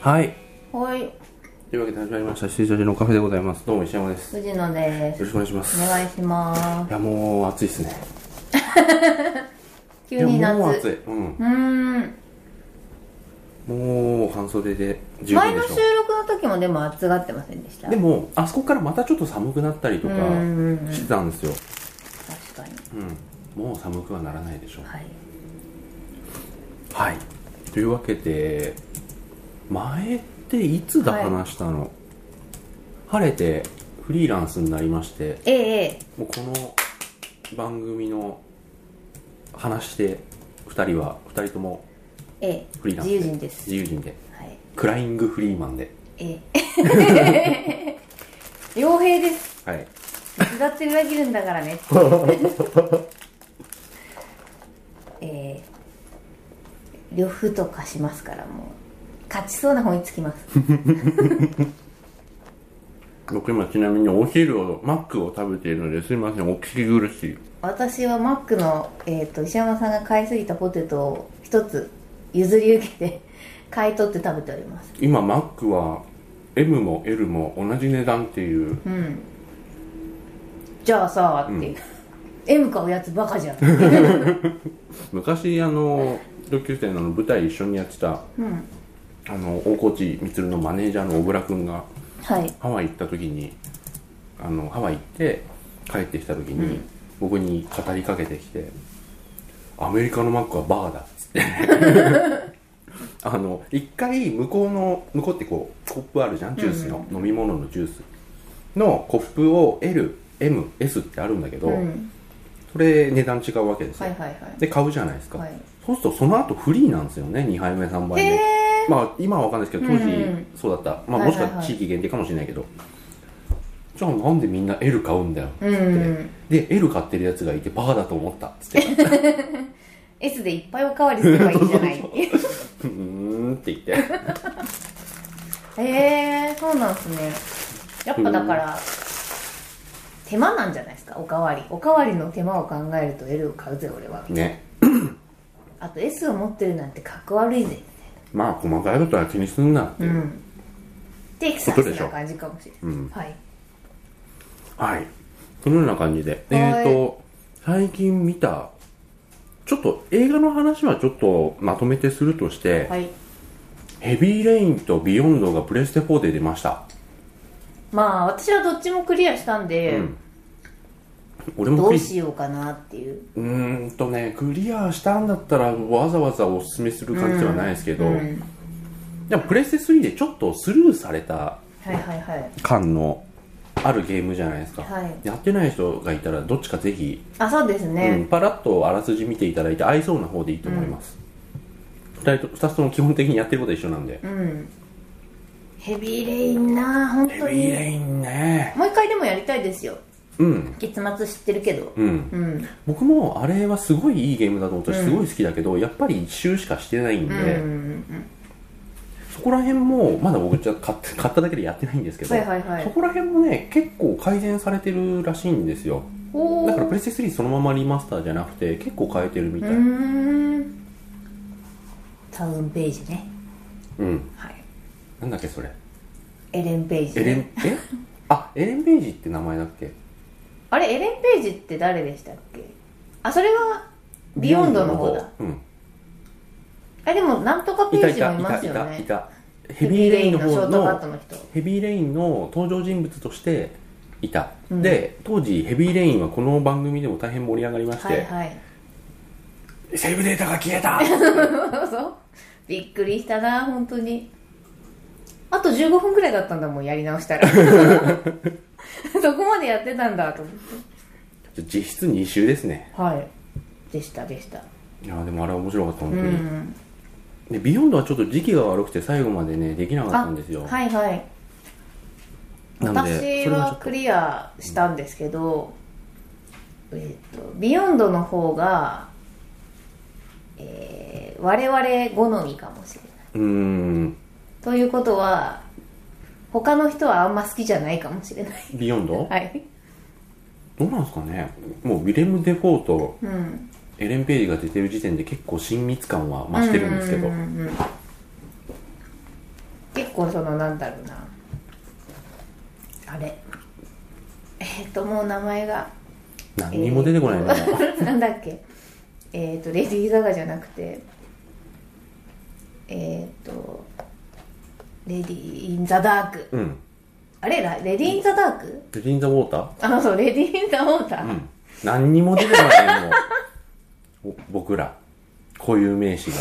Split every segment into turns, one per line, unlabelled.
はい
はい
というわけで始まりました水上寺のカフェでございますどうも石山ですよ
藤野です
ろしくお願いしま
お
すい
願いします
やもう暑いですね
急に
いや
夏
もう
う
暑い、うん、
ーん
もう半袖で十
前
分で
の収
しょ
録の時もでも暑がってませんでした
でもあそこからまたちょっと寒くなったりとか
うんうんうん
してたんですよ、
確かに
うん、もう寒くはならないでしょう
はい
はいというわけで前っていつだ
はい
話したの、晴れてフリーランスになりまして
えええ
もうこの番組の話して2人は2人とも
ええ
フ
え
リーラン
自
ス
由人です
自由人で
はい
クライングフリーマンで
ええ 傭兵です
はい
手伝って裏切るんだからね ええ呂布とかしますからもう勝ちそうな方につきます
僕今ちなみにお昼をマックを食べているのですいませんお聞き苦しい
私はマックの、えー、と石山さんが買いすぎたポテトを一つ譲り受けて 買い取って食べております
今マックは M も L も同じ値段っていう
うんじゃあさーって、M 買うやつバカじゃ ん
昔あの同級生のあの舞台一緒にやってた
うん
あの大河内満のマネージャーの小倉君が
はい
ハワイ行った時にあのハワイ行って帰ってきた時に、僕に語りかけてきて「アメリカのマックはバーだ」っつって あの一回向こうの向こうってこうコップあるじゃんジュースの、飲み物のジュースのコップを LMS ってあるんだけど、
うん
それ値段違うわけですよ、
はいはいは
で買うじゃないですか、
はい
そうするとその後フリーなんですよね2杯目3
い
杯
へ
目
え
まあ今は分かんないですけど当時そうだった、まあ、
はい
も
は
し
い
く
はい
は地域限定かもしれないけど、じゃあなんでみんな L 買うんだよ
うんうん
で L 買ってるやつがいてバカだと思ったっつって
S でいっぱいおかわりすればいいじゃない
うーんって言って
へえそうなんすねやっぱだから手間なんじゃないですかおかわりおかわりの手間を考えると L を買うぜ俺は
ね
あと S を持ってるなんてかっこ悪いぜ
まあ細かいことは気にすんなって
う
いう、
んテキサスな感じかもしれない、
うん
はい
はいそのような感じでえっ、ー、と最近見たちょっと映画の話はちょっとまとめてするとして、
はい
ヘビーレインとビヨンドがプレステ4で出ました、
まあ私はどっちもクリアしたんで、
うん俺も
ど
ク
う
リ
しようかなっていう
うーんとねクリアしたんだったらわざわざおすすめする感じではないですけど、
うん
でもプレステ3でちょっとスルーされた
はいはいはい
感のあるゲームじゃないですか、
はい
やってない人がいたらどっちかぜひ、
あそうです
う
ね
ん、パラッとあらすじ見ていただいて合いそうな方でいいと思います、2人と2つとも基本的にやってることは一緒なんで、
うん、ヘビーレインな本
ヘ
当
ビー
に
レインね
もう一回でもやりたいですよ
うん
結末知ってるけど
うん
うん
僕もあれはすごいいいゲームだと思ってすごい好きだけど、やっぱり1周しかしてないんで、
うん、うん、
そこら辺もまだ僕じゃ買って買っただけでやってないんですけど、
はいはいはい
そこら辺もね結構改善されてるらしいんですよ
おお
だからプレステ3そのままリマスターじゃなくて結構変えてるみたい、
うーんタウンページね
うん
はい
なんだっけそれ
エレン・ページ、ね、
エレンえあエレン・ページって名前だっけ
あれエレン・ページって誰でしたっけあそれはビヨンドの方だ
うん
あでもなんとかペ
いた
ー
い
ジも
た
い
い
ま
た
す
い
よ
たい
ね
たヘ
ヘ
ビ
ビ
ー
ー
レ
レ
イ
イ
ン
ン
の
のショ
方
ートカット
の
の人
ヘビーレインの登場人物としていた、
うん
で当時ヘビーレインはこの番組でも大変盛り上がりまして、
はいはい
セーブデータが消え た
そう びっくりしたな本当にあと15分くらいだったんだもんやり直したら そこまでやってたんだと思って
実質2周ですね
はいでしたでした
いやーでもあれは面白かった本
う
当に、
ん
でビヨンドはちょっと時期が悪くて最後までねできなかったんですよ、
はいはい
なんで
私
それはちょ
は
っと
クリアしたんですけど、えっ、とビヨンドの方が、えー我々好みかもしれないう
ーん
ということは他の人はあんま好きじゃないかもしれない
ビヨンド、
はい
どうなんですかねもうウィレム・デフォーと
うん
エレン・ページが出てる時点で結構親密感は増してるんですけど
ううんうん結構そのなんだろうなあれえー、っともう名前が
何にも出てこないな、
なんだっけえー、っとレディー・ガガじゃなくてえー、っとレディー・イン・ザ・ダーク
うん
あれらレディー・イン・ザ・ダーク
「レディン・ザ・ウォータ
あそうレディー・イン・ザ・ウォータ
ー」
ー、
うん何にも出てこないもうお僕ら固有名詞が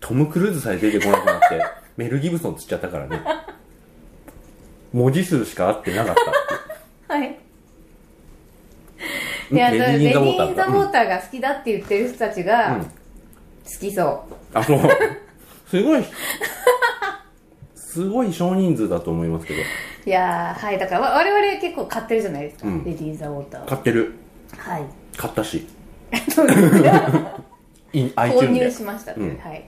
トム・クルーズさえ出てこなくなってメル・ギブソンつっちゃったからね文字数しか合ってなかった
はい
うん
いやそうレ
レ
デ
ディー・イ
ィ
ン・ザ・
ー・
ウ
イ
ォ
ン・
ー
ザ・
タ
ウ
ー
ォーターが好きだって言ってる人たち
う
が
んう
好
ん
きそう、
あそうすごいすごい少人数だと思いますけど
いやーはいだからわ我々結構買ってるじゃないですか、
うん
レディー・ザ・ウォーター
買ってる
はい
買ったし
そうですね
い
購
iTunes
入
で
しました、
うん
はい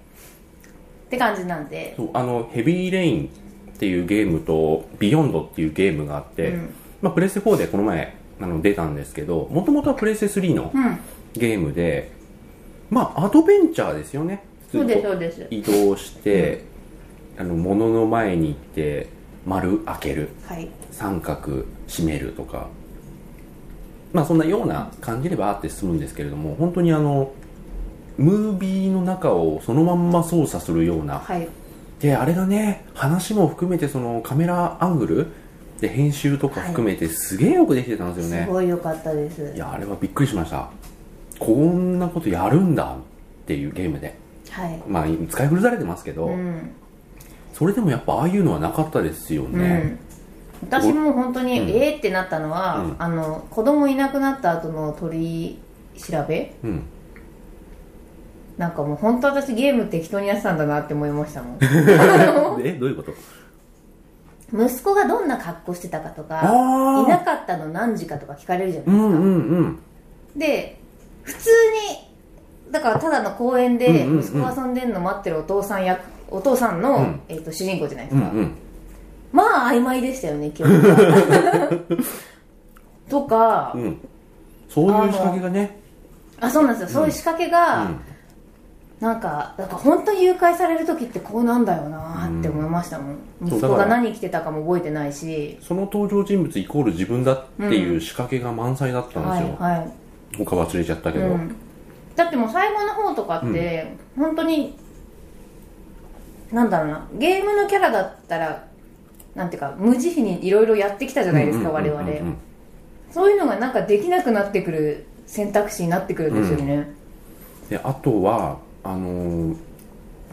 って感じなんで
そうあのヘビーレインっていうゲームとビヨンドっていうゲームがあって、
うん
まあ、プレステ4でこの前あの出たんですけどもともとはプレステ3の
うん
ゲームでまあアドベンチャーですよねずっ
そう
と
ですそうです
移動して、あの物の前に行って丸開ける
はい
三角締めるとかまあそんなような感じでバーって進むんですけれども本当にあのムービーの中をそのまんま操作するような
はい
であれがね話も含めてそのカメラアングルで編集とか含めてすげえよくできてたんですよ
す
ね、
ごい良かったです
い、やあれはびっくりしましたこんなことやるんだっていうゲームで
はい
まあ使い古されてますけど、
うん
それでもやっぱああいうのはなかったですよね、
うん、私も本当に、
うん
えーってなったのは、
うん
あの子供いなくなった後の取り調べ
うん、
なんかもう本当私ゲーム適当にやってたんだなって思いましたもん
えどういうこと
息子がどんな格好してたかとかい
あ
な
あ
かったの何時かとか聞かれるじゃな
うん
いですか、
うんうん
で普通にだからただの公園で
うんうんうん
息子が遊んでんの待ってるお父さん役お父さんの、
うん
えー、と主人公じゃないで
う
す
ん
か、
うん
まあ曖昧でしたよね今日 とか、
うん、そういう仕掛けがね、
あそうなんですよ、そういう仕掛けが、
う
なんかなんか本当に誘拐される時ってこうなんだよなって思いましたもん、
んそ
息
う
子
だ
が
から
何着てたかも覚えてないし
ん、その登場人物イコール自分だっていう仕掛けが満載だったん
は
です
い
よ、
は
他忘れちゃった
い、
けど、
うん、だってもう最後の方とかって、本当になんだろうなゲームのキャラだったらなんていうか無慈悲にいろいろやってきたじゃないですか、
うんうんうんうん
我々そういうのがなんかできなくなってくる選択肢になってくるんですよね、
であとはあのー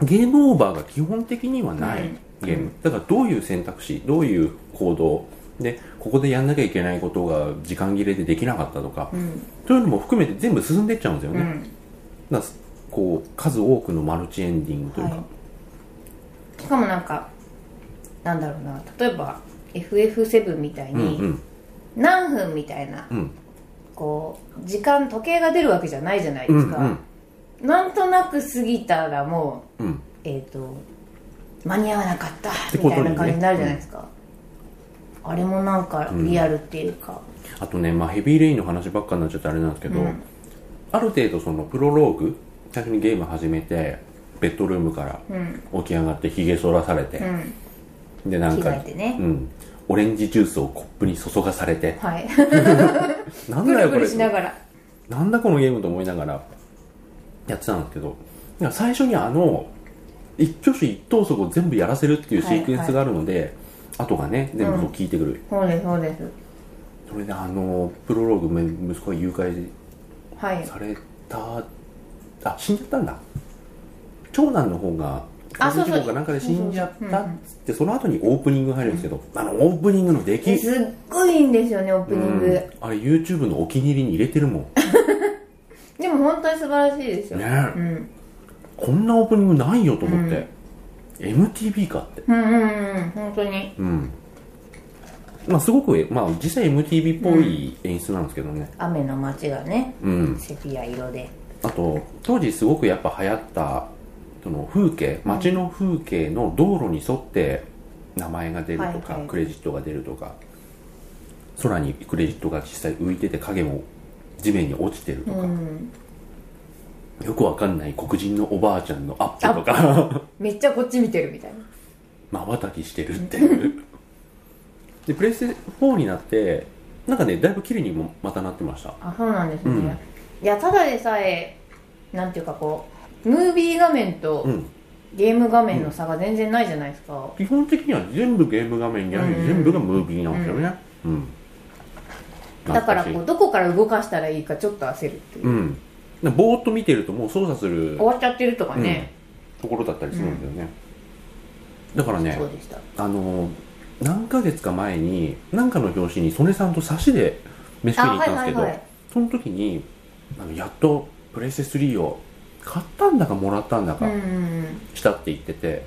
ゲームオーバーが基本的にはない
うん
ゲーム、だからどういう選択肢どういう行動でここでやんなきゃいけないことが時間切れでできなかったとか、
うん
というのも含めて全部進んでっちゃうんですよ
う
ね、
ん
だからこう数多くのマルチエンディングというか、
はい、しかもなんかなんだろうな例えば FF7 みたい
うんう
に
ん
何分みたいな、
うん
こう時間時計が出るわけじゃないじゃないで
うんう
すか、
ん
なんとなく過ぎたらも
うん
うえっ、と間に合わなかった
てこ
み
とに
たい
ね
な感じになるじゃないですか、あれもなんかリアルっていうか、
あとね、まあ、ヘビーレインの話ばっかになっちゃってあれなんですけど、
うん
ある程度そのプロローグ最初にゲーム始めてベッドルームから
うん
起き上がってひげ剃らされて
う、ん、
でなん
着
か、
替えてね
うん、オレンジジュースをコップに注がされて
はい
なん
ぐ
だ
る
よ
ぐ
これ
るしながら
なんだこのゲームと思いながらやってたんですけどだから最初にあの一挙手一投足を全部やらせるっていうシークエンスがあるので、後がね全部そう聞いてくる、
そうですそうです
それであのプロローグめ息子が誘拐
はい
されたあ死んじゃったんだ長男の方が
あそうそう
交通事故かなんかで死んじゃ
そう
っ
そ
た
うう
っ
んうん
つってその後にオープニング入るんですけど、あのオープニングの出来
えすっごいいいんですよねオープ
う
ニン
ん
グ、
あれ YouTube のお気に入りに入れてるもんね
でも本当に素晴らしいですよ、
え
うん、
こんなオープニングないよと思って、MTV かって
うんうんうん本当に
うんまあすごく、まあ、実際 MTV っぽい演出なんですけどね
雨の街がね
うん
セピア色で
あと当時すごくやっぱ流行ったその風景街の風景の道路に沿って名前が出るとか、
はいはい
クレジットが出るとか空にクレジットが実際浮いてて影も地面に落ちてると
う
か、
ん
よくわかんない黒人のおばあちゃんのアップとか
めっちゃこっち見てるみたいな
まばたきしてるっていうでプレステ4になってなんかねだいぶ綺麗にもまたなってました
あそうなんですね、
うん
いやただでさえなんていうかこうムービー画面と
うん
ゲーム画面の差が全然ないじゃないですか、
基本的には全部ゲーム画面にあり、
うん
全部がムービーなんですよねうん、
だからこ
懐
うどこから動かしたらいいかちょっと焦るっていう、
しいうんなんかぼーっと見てるともう操作する
終わっちゃってるとかね、
ところだったりするんだよね、だからね
そうでした
あのー何ヶ月か前に何かの表紙に曽根さんと差しで飯食いに行ったんですけど、
あはいはいはい
その時にあのやっとプレステ3を買ったんだかもらったんだ
う
か
んうん
したって言ってて、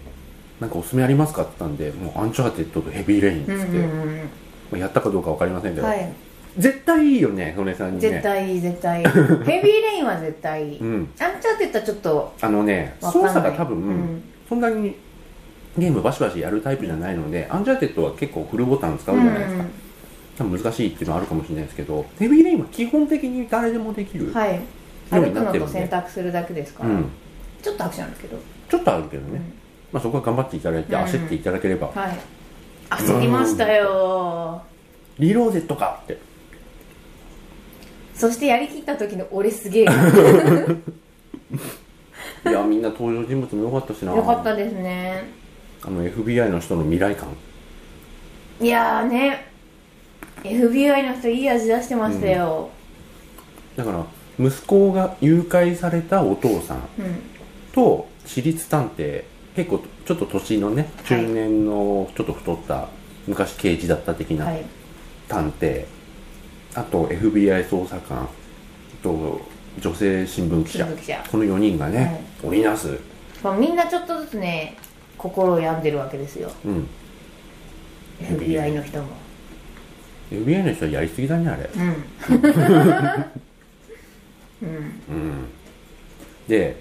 なんかおすすめありますかって言ったんで「もうアンチャーテッドとヘビーレイン」っつ
う
っ
ん
て、
うんうん
まあやったかどうか分かりませんけ
うん
ど、
はい
絶対いいよね曽根さんにね
絶対絶対 ヘビーレインは絶対
うん
アンチャーテッドはちょっと
あのね
わかん
操
ない
作が多分、
うん
そんなにゲームバシバシやるタイプじゃないので、アンチャーテッドは結構フルボタン使うじゃないですか、
うん
多分難しいっていうのはあるかもしれないですけどヘビーレインは基本的に誰でもできる、
はい
よう
歩
に
く
なっ
の
てる
と
んで
選択するだけですか
う
ら、
ん、
ちょっと拍手なんですけど、
ちょっとあるけどね、
うん
まあ、そこは頑張っていただいて
うん
焦っていただければ、
はい焦りましたよ
リローゼットかって
そしてやりきった時の俺すげえよ
いやみんな登場人物も良かったしな
かったですね
あの FBI の人の未来感
いやーね FBI の人いい味出してましたよ、
だから息子が誘拐されたお父さん
うん
と私立探偵結構ちょっと年のね中年のちょっと太った昔刑事だった的な
はい
探偵あと FBI 捜査官あと女性新聞記
新
者
聞記者
この4人がね、織りなす、
まあみんなちょっとずつね心を病んでるわけですよ
うん、
FBI の人も
FBI の人はやりすぎだねあれ、
うんうん
うん、で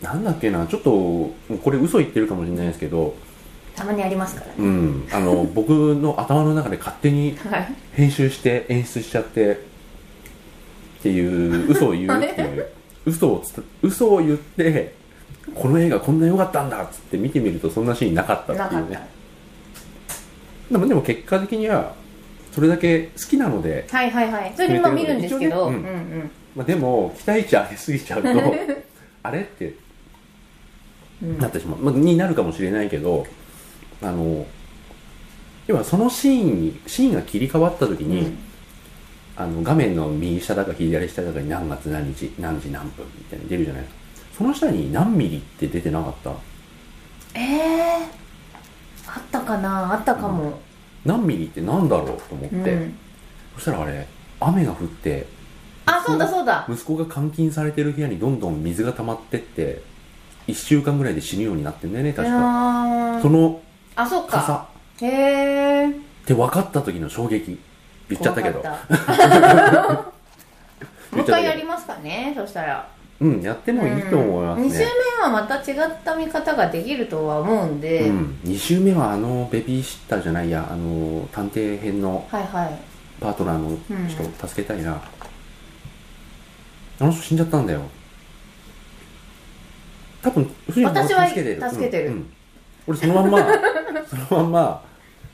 なんだっけなちょっともうこれ嘘言ってるかもしれないですけど、
たまにありますからね
うん、あの僕の頭の中で勝手に
はい
編集して演出しちゃってっていう嘘を言うっていう嘘をつた嘘を言ってこの映画こんな良かったんだっつって見てみるとそんなシーンなかった
な
って
か
い
っ
うね
た
でもでも結果的にはそれだけ好きなので、
はいはいはいそれでまあ見るんですけど、
一応
うん
ね
うん
まあ、でも期待値上げすぎちゃう とあれって
うん
なってしまう、まあ、になるかもしれないけどあの要はそのシーンにシーンが切り替わった時に、
うん
あの画面の右下だか左下だかに何月何日何時何分みたいに出るじゃないですかその下に何ミリって出てなかった
ええあったかなあったかも、
何ミリってなんだろうと思って、
うん
そしたらあれ雨が降って
あそうだそうだ
息子が監禁されてる部屋にどんどん水が溜まってって1週間ぐらいで死ぬようになってんだよね確か
あ
その
あそうか
傘
へえ
って分かった時の衝撃 言っちゃったけど
もう一回やりますかねそしたら
うんやってもいいと思いますね、
2週目はまた違った見方ができるとは思うんで、
うん、2週目はあのベビーシッターじゃないやあの探偵編の
はいはい
パートナーの人
うん
助けたいな、あの人死んじゃったんだよ多分藤
私は
うん
助けてる
うん俺そのまん まそのまんま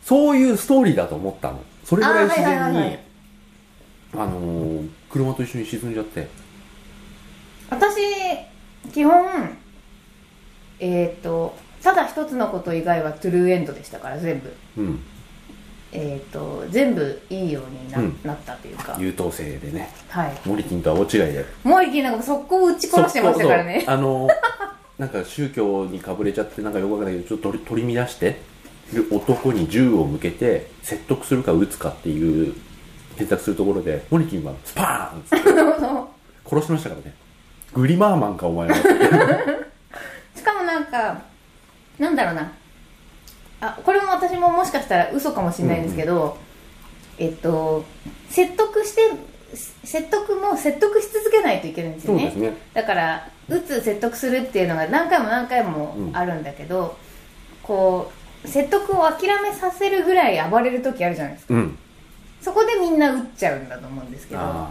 そういうストーリーだと思ったのそれぐらい自然にあ,、
あーはいはいはいはい
のー車と一緒に沈んじゃって
私基本えっ、とただ一つのこと以外はトゥルーエンドでしたから全部
うん
えっ、と全部いいようにな,、
うん
なったというか
優等生でね
はい
森金とは大違いで
モリキーなんか速攻打ち殺してましたからね
そうそうあのなんか宗教にかぶれちゃってなんかよくわかんないけどちょっと取り取り乱してる男に銃を向けて説得するか撃つかっていう選択するところでモリキンはスパーンっつって 殺しましたからねグリマーマンかお前は
しかもなんかなんだろうなあこれも私ももしかしたら嘘かもしれないんですけど、えっと説得して説得も説得し続けないといけないんです
そ
よ
う
ね
ですね
だから打つ説得するっていうのが何回も何回もあるんだけど、こう説得を諦めさせるぐらい暴れる時あるじゃないですか
うん
そこでみんな打っちゃうんだと思うんですけど
あ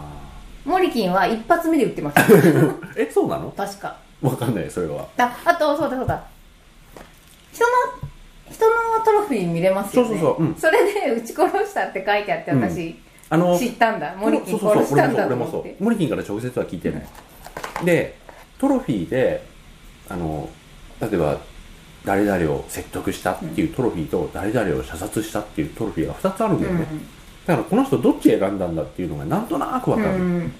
モリキンは一発目で打ってました
あえそうなの
確か
わかんないそれは
ああとそうだそうだ人の人フィー見れますよね
そうそうそううん
それで「撃ち殺した」って書いてあって私、
あの
知ったんだモリキン
そうそう
殺
そ
し
う
たんだ
俺
と
もそ
思
う
っ
俺も
て
そうモリキンから直接は聞いてない、でトロフィーであの例えば誰々を説得したっていうトロフィーと、誰々を射殺したっていうトロフィーが2つあるんだよね、だからこの人どっち選んだんだっていうのがなんとなくわ
うん
かる、
うん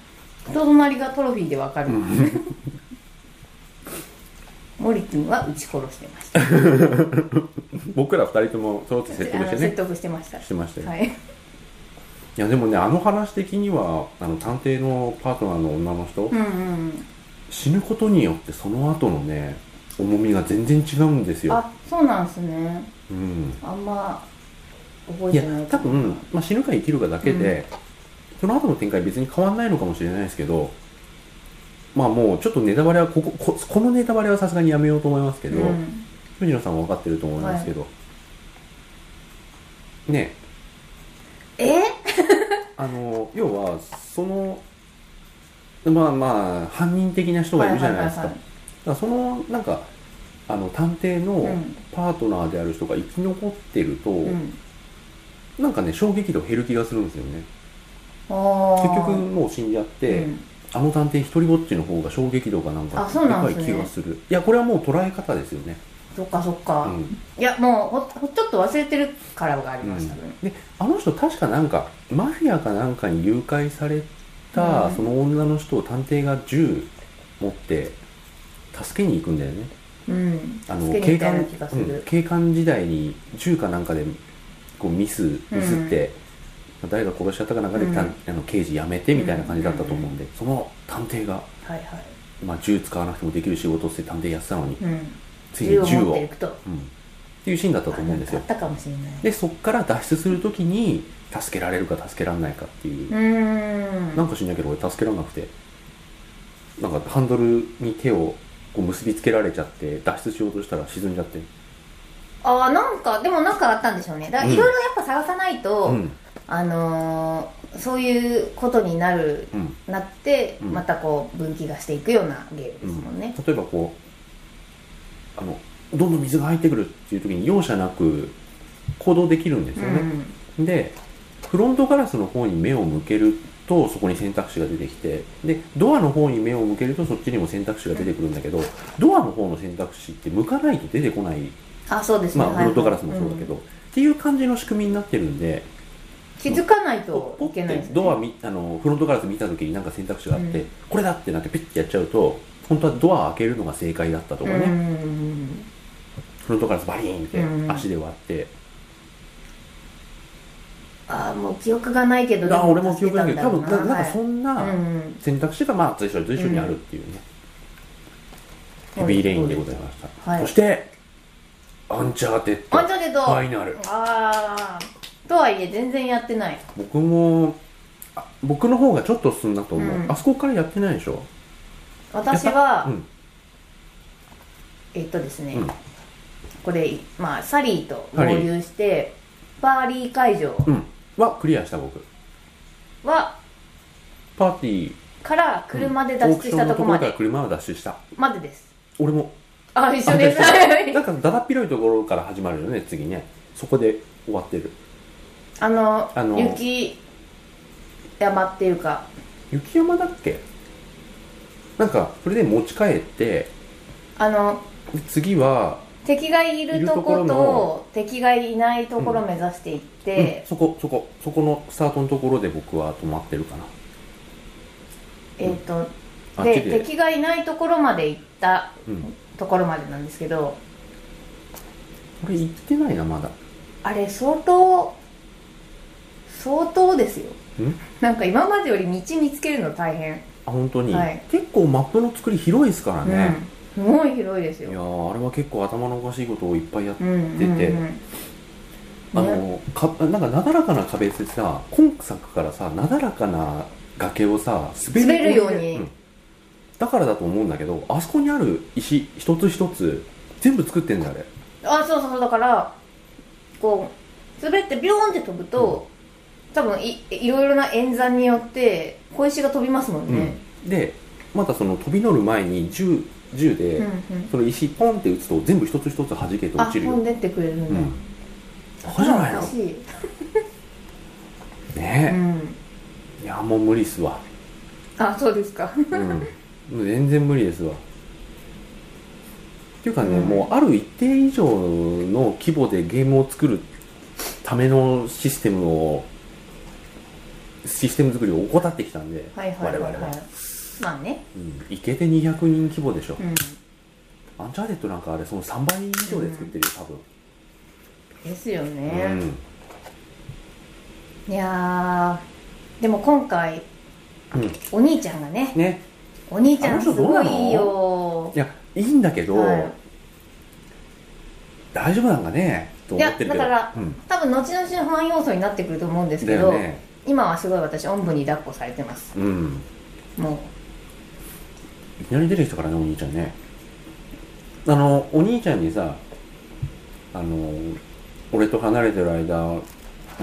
とどまりがトロフィーでわかる、モリキンは撃ち殺してました
僕ら2人とも揃って説
あ
得
の
して
説
ね
得してました
してましたよ、い、
はい
やでもねあの話的にはあの探偵のパートナーの女の人、
うんうん
死ぬことによってその後のね重みが全然違うんですよ、
あそうなんですね
うん、
あんま覚え
いや
てない
多分、まあ、死ぬか生きるかだけで、その後の展開別に変わんないのかもしれないですけどまあもうちょっとネタバレはここここのネタバレはさすがにやめようと思いますけ
け
ど、藤野さんは分かってると思いますけど、ね
え
あの要はそのまあまあ犯人的な人がいるじゃないですか、
はいはいはいはい
だからそのなんかあの探偵の
ん
パートナーである人が生き残ってると、
うん
なんかね衝撃度減る気がするんですよね
あ
結
ー
局もう死んじゃって、
うん
あの探偵一人ぼっちの方が衝撃度がなんか
あそうなん
か
で
い
すね
気がするいやこれはもう捉え方ですよね、
そっかそっか、
うん、
いやもうほほちょっと忘れてるからがありました、ね
であの人確かなんかマフィアかなんかに誘拐された、
うん
その女の人を探偵が銃持って助けに行くんだよね
うん
あ
助けに行ったような気がす
うん
る、
警官時代に銃かなんかでこうミスミスって、誰が殺しちゃったかなんかで、
うん
たあの刑事辞めてみたいな感じだったと思うんで、その探偵が、
はいはい、
まあ、銃使わなくてもできる仕事をして探偵やってたのに、
うん、
つい
銃
に
を
銃
持っ
を
ていくと
うん、っていうシーンだったと思うんです
あ
よ
ったかもしれない
でそっから脱出するときに助けられるか助けられないかっていう
う、ーん
なんか知んないけど俺助けられなくてなんかハンドルに手をこう結びつけられちゃって脱出しようとしたら沈んじゃって
ああなんかでもなんかあったんでしょうねだか
う
ら
ん
いろいろやっぱ探さないと、
うん
あのーそういうことになる
うん
なって、
うん
またこう分岐がしていくようなゲームですもんね、
例えばこうあのどんどん水が入ってくるっていう時に容赦なく行動できるんです
うん
よね、でフロントガラスの方に目を向けるとそこに選択肢が出てきてでドアの方に目を向けるとそっちにも選択肢が出てくるんだけど、ドアの方の選択肢って向かないと出てこない、
あそうですね、
まあ、フ
はい
ロントガラスもそうだけど、
ん
っていう感じの仕組みになってるんで
気づかない
ポ
と
ッ
いけない
っ
です
て
ね
ドアみあのフロントガラス見た時に何か選択肢があって、
うん
これだってなってピッてやっちゃうと本当はドア開けるのが正解だったとかね、
うん
フロントガラスバリーンっ
うん
て足で割って、
ああもう記憶がないけどで
あ俺も記
助
憶
た
だ
ん
けど多分ななんか
はい
そんな、
うん
選択肢がまあ随所随所にあるっていうね、
うん
ヘビーレインでございました、
はい
そしてアンチャーテッド
アンチャーテッド
ファイナル
ああとはいえ全然やってない
僕もあ僕の方がちょっと進んだと思う、
うん
あそこからやってないでしょ
私
やっ
は、
たうん
えっとですね、
うん
これまあサリーと合流してパーリー会場
うんはクリアした僕
は、
パーティー
から車で脱出したとこ
オークション
ま
のろか
で、
ら車を脱出した
までです
俺も
あ一緒です
あ
はい
なんかだだっ広いところから始まるよね次ねそこで終わってる
あの
あの
雪山っていうか
雪山だっけなんかそれで持ち帰って
あの
で次は
敵がいると
いる
こ
とことろ
敵がいないところを目指していって
うん、そこそこそこのスタートのところで僕は止まってるかな
えっ、と
あっ
で
ちで
敵がいないところまで行った
うん
ところまでなんですけど
これ行ってないなまだ
あれ相当相当ですよ
ん
なんか今までより道見つけるの大変、
あ本当に、
はい
結構マップの作り広いですからね、
うん、すごい広いです
いや
よ
ーあれは結構頭のおかしいことをいっぱいやっ
う
て、
んうん
出て
うん
あ
ね
のかなんかなだらかな壁ってさ今作からさなだらかな崖をさ滑
滑るように
んだからだと思うんだけどあそこにある石一つ一つ全部作ってんだよあれ
あそうそうそうだからこう滑ってビローンって飛ぶと、多分いいろいろな演算によって小石が飛びますもんね、
うん、でまたその飛び乗る前に銃銃で、
うんうん
その石ポンって打つと全部一つ一つ弾けて
あ
落ちる
飛ん
よ、
でってくれるん
う
だ、
ん、ここじゃないの
おかしい
ね
う
え、
ん
いやもう無理っす わ
あそうで すか
うんもう全然無理ですわっていうかね、
うん
もうある一定以上の規模でゲームを作るためのシステムをシステム作りを怠ってきたんで、
はいはいはい
我
はい
々は、
まあね
うん、いけて200人規模でしょ、
うん
アンチャーテッドなんかあれその3倍以上で作ってるよ多分
ですよ
う
ね、
ん
いやーでも今回
うん
お兄ちゃんがね
ね
お兄ちゃ
あ
ん
の
す
人どう
ご
なの
いよ
いやいいんだけど、
はい
大丈夫なんかねと思ってるけど
いやだか
う
ら
ん、
多分後々の不安要素になってくると思うんです
だ
け
よ
ど、
ね
今はすごい私おんぶに抱っこされてます
うん
も
いきなり出てきたからねお兄ちゃんねあのお兄ちゃんにさあの俺と離れてる間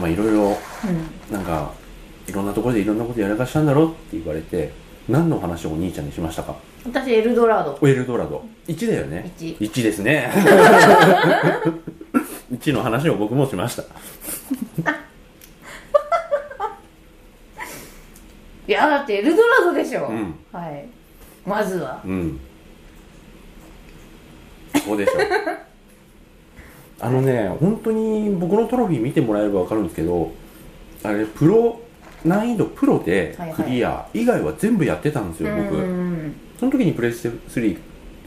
まあいろいろ
う、うん、
なんかいろんなところでいろんなことやらかしたんだろって言われて何の話をお兄ちゃんにしましたか
私エルドラド
エルドラド1だよね
一
1ですね1の話を僕もしました
いやだってエルドラドでしょ、
うん
はいまずは
うんそうでしょ あのね本当に僕のトロフィー見てもらえれば分かるんですけどあれプロ難易度プロでクリア以外は全部やってたんですよ、僕、
うん
その時にプレイステ3、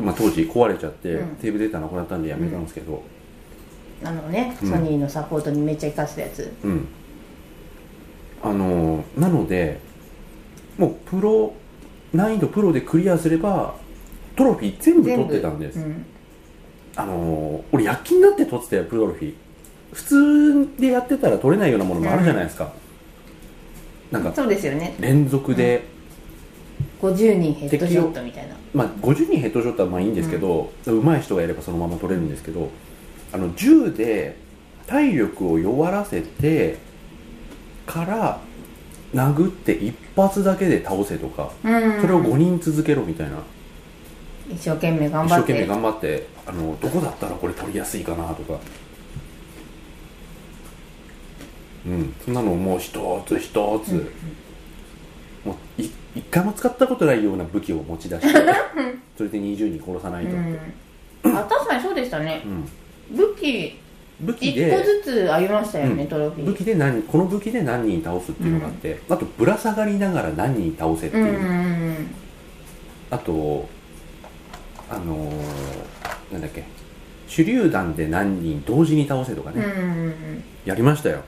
まあ、当時壊れちゃって、
うん
セーブデータなくなったんでやめたんですけど
あのね、
うん
ソニーのサポートにめっちゃ生かしたやつ
うん、あのーなのでもうプロ難易度プロでクリアすればトロフィー全部取ってたんです
うん
あのー俺躍起になって取ってたよプロドルフィー普通でやってたら取れないようなものもあるじゃないですか、なんか
そうですよね
連続で、
50人ヘッドショットみたいな
まあ、50人ヘッドショットはまあいいんですけど、上手い人がやればそのまま取れるんですけどあの銃で体力を弱らせてから殴って一発だけで倒せとか
うん
それを5人続けろみたいな、
一生懸命頑
一
張
生
って
懸命頑張ってあのどこだったらこれ取りやすいかなとかうんそんなのをもう一つ一つ、もうい一回も使ったことないような武器を持ち出してそれで20人殺さないとって、
うん、あ確かにそうでしたね
うん
武器
武器
一個
で
ずつありましたよね、
うん
トロフィー
武器で何この武器で何人倒すっていうのがあって、あとぶら下がりながら何人倒せって
うん
いうう、
ん
あとあのーなんだっけ手榴弾で何人同時に倒せとか
うんう
ね、
ん
やりましたよ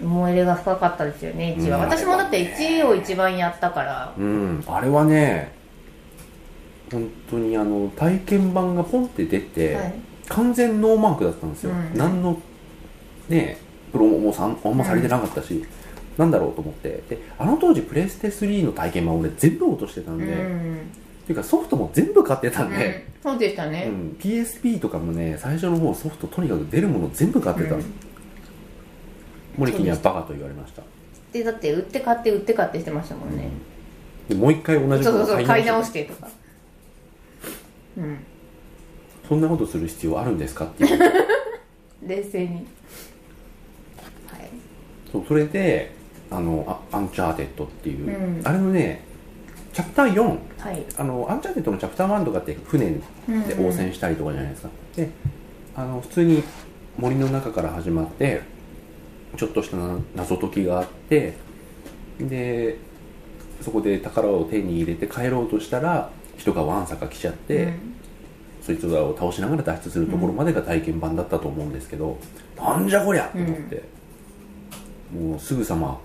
うん思い入れが深かったですよね1は、
うん
私もだって1を一番やったから
うんあれはね本当にあの体験版がポンって出て、
はい
完全ノーマークだったんですよ、
うん
何のねプロもさんあんまされてなかったし、なんだろうと思ってであの当時プレステ3の体験版俺全部落としてたん
う
で、っ
ん
ていうかソフトも全部買ってたん
うん
で、
そうでした
うん
ね、
PSP とかもね最初の方ソフトとにかく出るもの全部買ってた、
うん
モリキにはバカと言われました
でだって売って買って売って買ってしてましたもんね、
でもう一回同じ
そ
こ
うそ
と
う
を
そう
買い
買い
直
直
し
しててとかうん
そんなことする必要あるんですかっていう
冷静にはい
そうそれであのあ「アンチャーテッド」っていう、
うん
あれのねチャプター4
はい
あのアンチャーテッドのチャプター1とかって船で
うんうん
応戦したりとかじゃないですか、であの普通に森の中から始まってちょっとしたな謎解きがあってでそこで宝を手に入れて帰ろうとしたら人がわんさか来ちゃって、そいつらを倒しながら脱出するところまでが体験版だったと思うんですけど、なんじゃこりゃと思って、もうすぐさま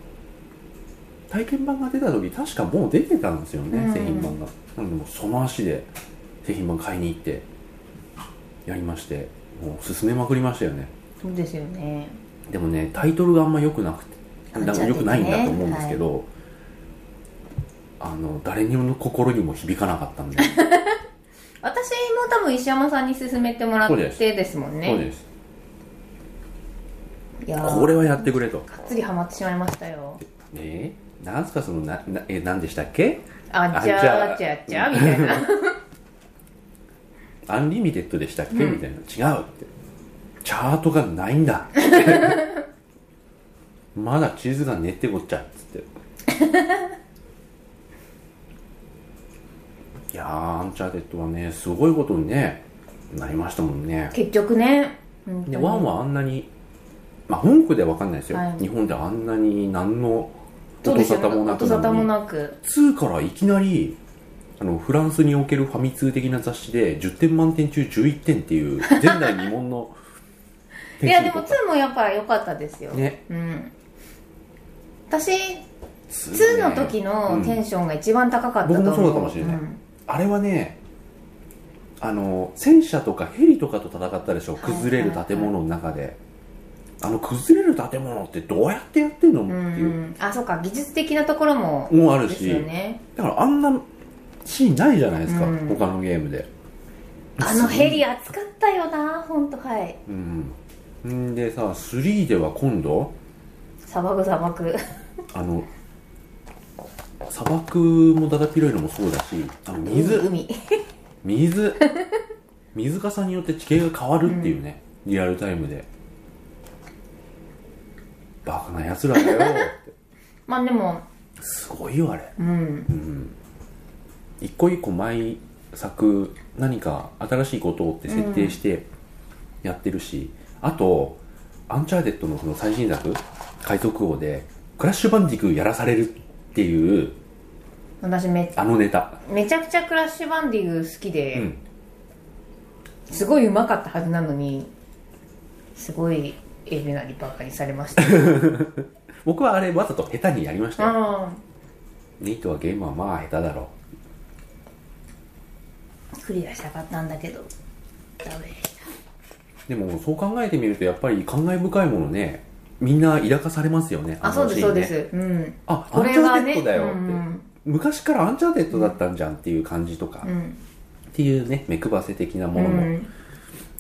体験版が出た時確かもう出てたんですよね、
うん
製品版がなのでもうその足で製品版買いに行ってやりましてもう進めまくりましたよね
そうですよね
でもねタイトルがあんま良くなくてなん
あじ
か
ゃあ
良くないんだと思うんですけど、あの誰にも心にも響かなかったんで
私も多分石山さんに勧めてもらっ
そうです
てですもん
そう
ね
です
いやー
これはやってくれと
がっつりハマってしまいましたよ
えー、なんすかそのななえ何でしたっけ
あ
あ
ちゃ
じゃあ
ーちゃーちゃーみたいな
アンリミテッドでしたっけ、
うん
みたいな違うってチャートがないん だまだ地図がねってこっちゃっつっていやーアンチャーテッドはねすごいことにねなりましたもんね
結局ね本当
で
に
ワンはあんなにまあ本国では分かんないですよ、
はい
日本であんなに何の
そう
音
です
沙
よね
汰もなく
音沙汰
の
も
に
なく
2からいきなりあのフランスにおけるファミ通的な雑誌で10点満点中11点っていう前代未聞の
いやでも
点数を
2もやっぱ良かったですよ、
取ったね
うん私
2
2の時のテンションが一番高かったと思う、
僕もそうかもしれない
ん
あれはねあの戦車とかヘリとかと戦ったでしょ
はい
崩れる建物の中で、あの崩れる建物ってどうやってやってんのって
うん
いう、
うんあそうか技術的なところも
もある
です
し、
よね
だからあんなシーンないじゃないですか、
うん
他のゲームで
あのヘリ熱かったよな本当はい
うんんでさ3では今度
砂漠砂漠
あの砂漠もだだ広いのもそうだしあの水
海
水 水かさによって地形が変わるっていうね、リアルタイムでバカなやつらだよって
まあでも
すごいよあれ
うん
一個一個毎作何か新しいことをって設定してやってるし、あとアンチャーテッドのその最新作海賊王でクラッシュバンディクーやらされるっていう
私め
あのネタ
めちゃくちゃクラッシュバンディング好きで、
うん
すごいうまかったはずなのにすごいエビなりバカにさ れました
僕はあれわざと下手にやりましたよ
あ
ニートはゲームはまあ下手だろ
あクリアしたかったんだけどダメでし
でもそう考えてみるとやっぱり感慨深いものねみんな抱かされますよね
たあ
の
そうです
シー
そう
ンね
です、うん
あア
こ
ンチ
れ
ャ
は
ーテ
ね
ッドだよって、
うん
昔からアンチャーテッドだったんじゃんっていう感じとか、
うん
っていうね目くばせ的な
う
ものも
ん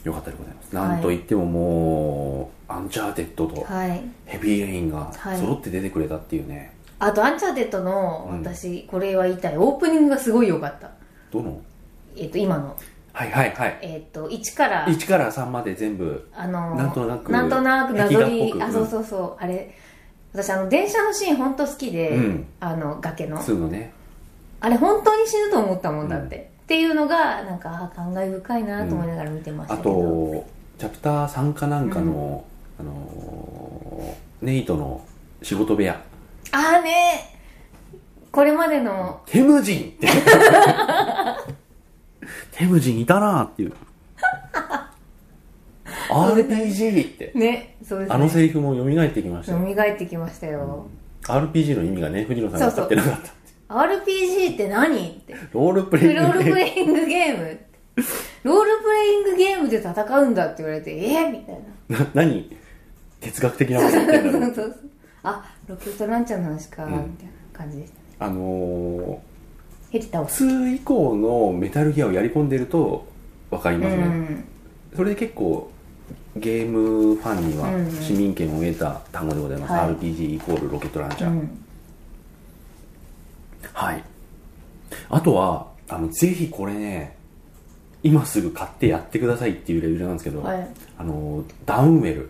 良かったでございます、
はい
なんといってももうアンチャーテッドと
はい
ヘビーレインが
はい
揃って出てくれたっていうね、
あと「アンチャーテッド」の
うん
私これは言いたいオープニングがすごい良かった
どの
えっと今の
はいはいはい
えっと1から
1から3まで全部
あの
なんとなく
なんとなくなぞり
壁画っぽく
あそうそうそうあれ私あの電車のシーン本当好きで、
うん
あの崖の
2のね
あれ本当に死ぬと思ったも
うんん
だって、っていうのがなんかあー感慨深いなと思いながら見てまし
あ
たけど、
とチャプター3かなんかの、あのーネイトの仕事部屋
ああねこれまでの
テムジンって テムジンいたなー っていう RPG って
ねそうですね
あのセリフも蘇ってきましたよ
蘇ってきましたよ、
RPG の意味がね藤野さんが分かってなかった
RPG って何って
ロールプ
ロ
レイン
ー
グ
ル
で
プレイングゲーム ってロールプレイングゲームで戦うんだって言われてえー、みたいな
な何哲学的なこと言ってんだろう
そうそうあロケットランチャーの話か、
うん
みたいな感じでしたね
あの
ヘリ倒
ー、
す
2以降のメタルギアをやり込んでると分かり
う
ますね、
ん
それで結構ゲームファンには
うん
市民権を得た単語でございます、
はい
RPG イコールロケットランチ
う
ャー、
ん
はいあとはあのぜひこれね今すぐ買ってやってくださいっていうレベルなんですけど、
はい
あのーダウンウェル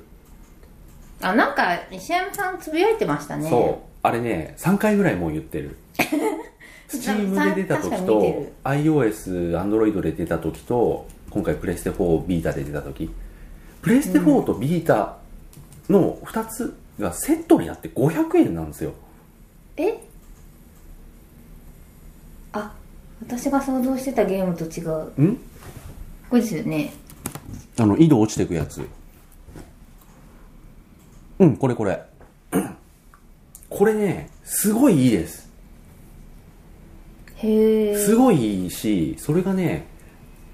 あなんか石山さんつぶやいてましたね
そうあれね3回ぐらいもう言って るスチームで出た時
確かに見て
と
る
iOS、Android で出た時と今回プレステ4ビータで出た時プレステ4とビータの2つがセットになって500円なんですよ
えあ私が想像してたゲームと違うんこれですよね
あの井戸落ちてくやつうんこれこれこれねすごいいいです
へえ
すごいいいしそれがね、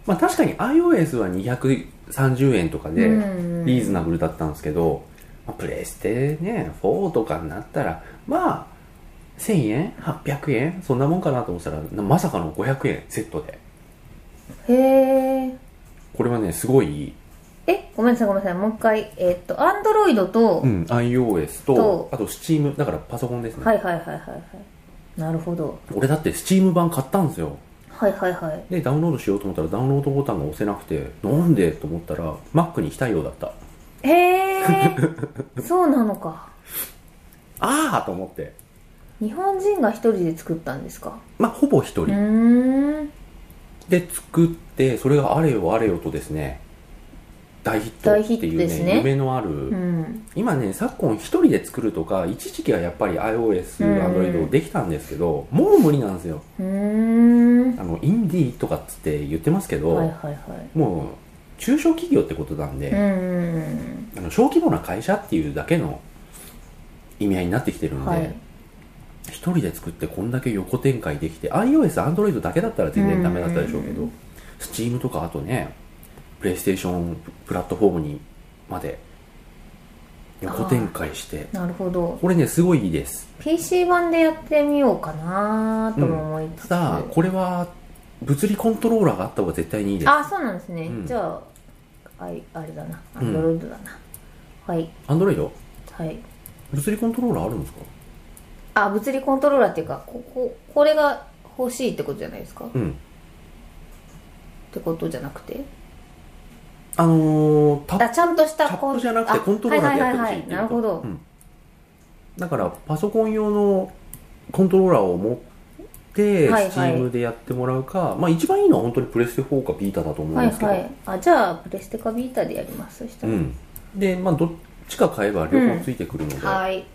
まあ、確かに iOS は230円とかで
うん
リーズナブルだったんですけど、まあ、プレステね4とかになったらまあ1000円800円そんなもんかなと思ってたらなまさかの500円セットで
へえ
これはねすごいいい、
えごめんなさいごめんなさいもう一回えっとアンドロイドと、
うん、iOS と
と
あと Steam だからパソコンですね、
はいはいはいはいはいなるほど
俺だって Steam 版買ったんですよ
はいはいはい
でダウンロードしようと思ったらダウンロードボタンが押せなくてなんでと思ったら Mac に非対応だった
へえ そうなのか
ああと思って
日本人が一人で作ったんですか
まあほぼ一
うー
人
ん
で作ってそれがあれよあれよとですね大ヒットって
大ヒッ
い
ト
う
で
ね
すね
夢のある、
うん
今ね昨今一人で作るとか一時期はやっぱり iOS
うん
Android できたんですけど、もう無理なんですよ
うーん
あのインディーとかっつって言ってますけど、
はいはいはい
もう中小企業ってことなんで、
うん
あの小規模な会社っていうだけの意味合いになってきてるの
は
で
い
一、人で作ってこんだけ横展開できて iOS、Android だけだったら全然ダメだったでしょうけ
う
ど
ん
Steam とかあとね PlayStation プラットフォームにまで横展開して
なるほど
これねすごいいいです
PC 版でやってみようかなとも思いつつ、
ただこれは物理コントローラーがあった方が絶対にいいです
あそうなんですね、
うん
じゃああいあれだなア
うん
ンドロイドだな、はい
Android
はい
物理コントローラーあるんですか
あ物理コントローラーっていうかこここれが欲しいってことじゃないですかっ
うん
てことじゃなくて
あのー、タ
あちゃんとし
タ
た
ッ
ン
プじゃなくてコントローラーでやってほしいっていうこと、
なるほど
う、んだからパソコン用のコントローラーを持って
はいはい
Steam でやってもらうか、まあ一番いいのは本当にプレステ4かビータだと思う
は
ん
い
ですけど、
はいあじゃあプレステかビータでやりますそした
う
ら、
んでまあどっちか買えば両方ついてくるので、
はい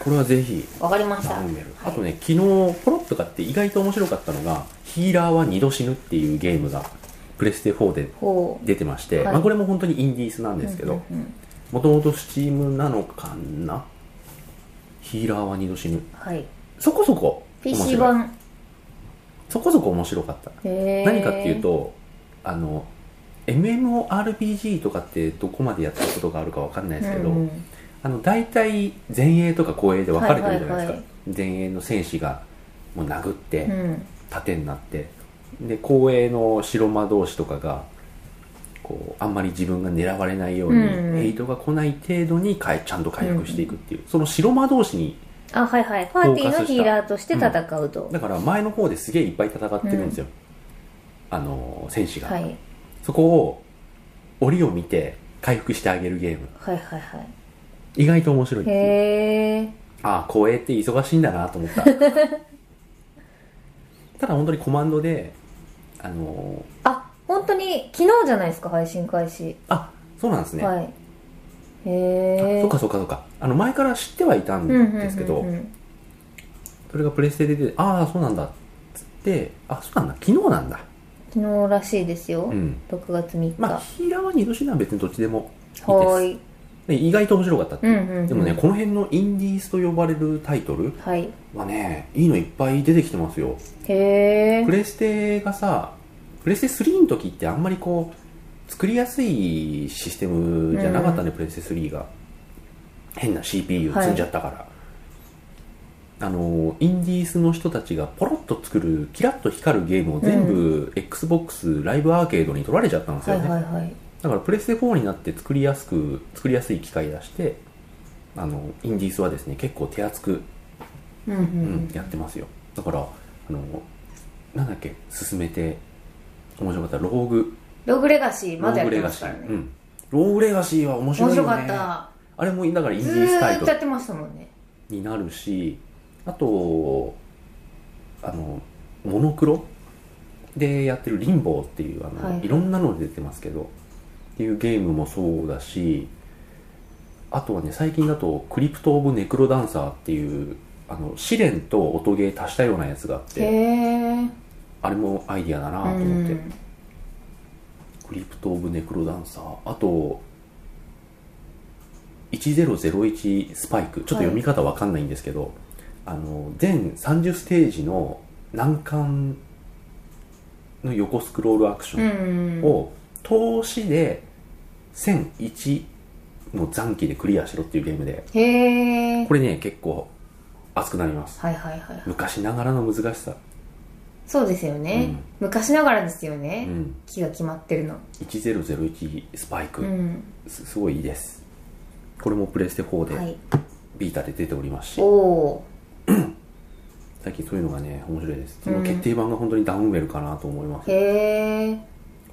これはぜひ
わかりました
頼んでる
はい
あとね昨日ポロッと買って意外と面白かったのが「ヒーラーは二度死ぬ」っていうゲームがプレステ4で
ほう
出てまして、
はい
まあ、これも本当にインディースなんですけど
うんうんうん
もともと Steam なのかなヒーラーは二度死ぬ
はい
そこそこ面白
PC
い
版
そこそこ面白かった
へー
何かっていうとあの MMORPG とかってどこまでやったことがあるかわかんないですけど、
うんうん
あの大体前衛とか後衛で分かれてるじゃないですか、
はいはいはい
前衛の戦士がもう殴って、
うん
盾になってで後衛の白魔同士とかがこうあんまり自分が狙われないように、
うん
ヘイトが来ない程度にかえちゃんと回復していくっていう、その白魔同士に
あはいはいパーティーのヒーラーとして
フォー
戦
カ
うと、
だから前の方ですげえいっぱい戦ってるんですよ、あの戦士が、
はいはい
そこを檻を見て回復してあげるゲーム
はいはい
意外と面白いっていう
へえ
ああ光栄って忙しいんだなと思った ただ本当にコマンドであの
あ本当に昨日じゃないですか配信開始、
あそうなんですね、
はいへ
あ
え
そっかそっかそっかあの前から知ってはいたんですけど、
うんうんうんうん
それがプレステで出てああそうなんだっつってあそうなんだ昨日なんだ
昨日らしいですよ、
うん
6月3日、
まあヒーラーは二度死ぬは別にどっちでも
はい
い
い
ですで意外と面白かったっていう、
うんうんうん
でもねこの辺のインディースと呼ばれるタイトル
はい
はねいいのいっぱい出てきてますよ
へえ
プレステがさプレステ3の時ってあんまりこう作りやすいシステムじゃなかったね、プレステ3が変な CPU 積んじゃったから、あのインディースの人たちがポロッと作るキラッと光るゲームを全部 XBOX ライブアーケードに取られちゃったんです
は
よ
い
ね、
はいはい
だからプレステ4になって作りやすく作りやすい機械出してあのインディースはですね結構手厚く
うんうんう
うん
ん、
やってますよだからあのなんだっけ進めて面白かったローグ
ログレガシー
ロ
まだ
ー
やっ
グ
て
レ
ま
ガ
し
シ
た
ー、
ね、
うんローグレガシーは面白
面
いよ、
白
ね、
かった
あれもだからインデ
ず
ィースタイ
ーっ
ト
とや
ル
ってましたもんね
になるしあとあのモノクロでやってる「リンボー」っていうあの、
はい
い、ろんなので出てますけどっていうゲームもそうだしあとはね最近だと「クリプト・オブ・ネクロダンサー」っていうあの試練と音ゲー足したようなやつがあって
へえ
あれもアイディアだなと思って、クリプト・オブ・ネクロダンサーあと1001スパイクちょっと読み方わかんないんですけど、あの全30ステージの難関の横スクロールアクシ
うん
ョ
うん
ンを投資で1001の残機でクリアしろっていうゲームで
へえ
これね結構熱くなります
はいはいはい
昔ながらの難しさ、
そうですよね、昔ながらですよね
う、ん、
気が決まってるの
1001スパイク、
うん
すすごいいいですこれもプレステ4で、
はい
ビータで出ておりますし
おお
最近そういうのがね面白いです、
うん
決定版が本当にダウンウェルかなと思います
ーへえ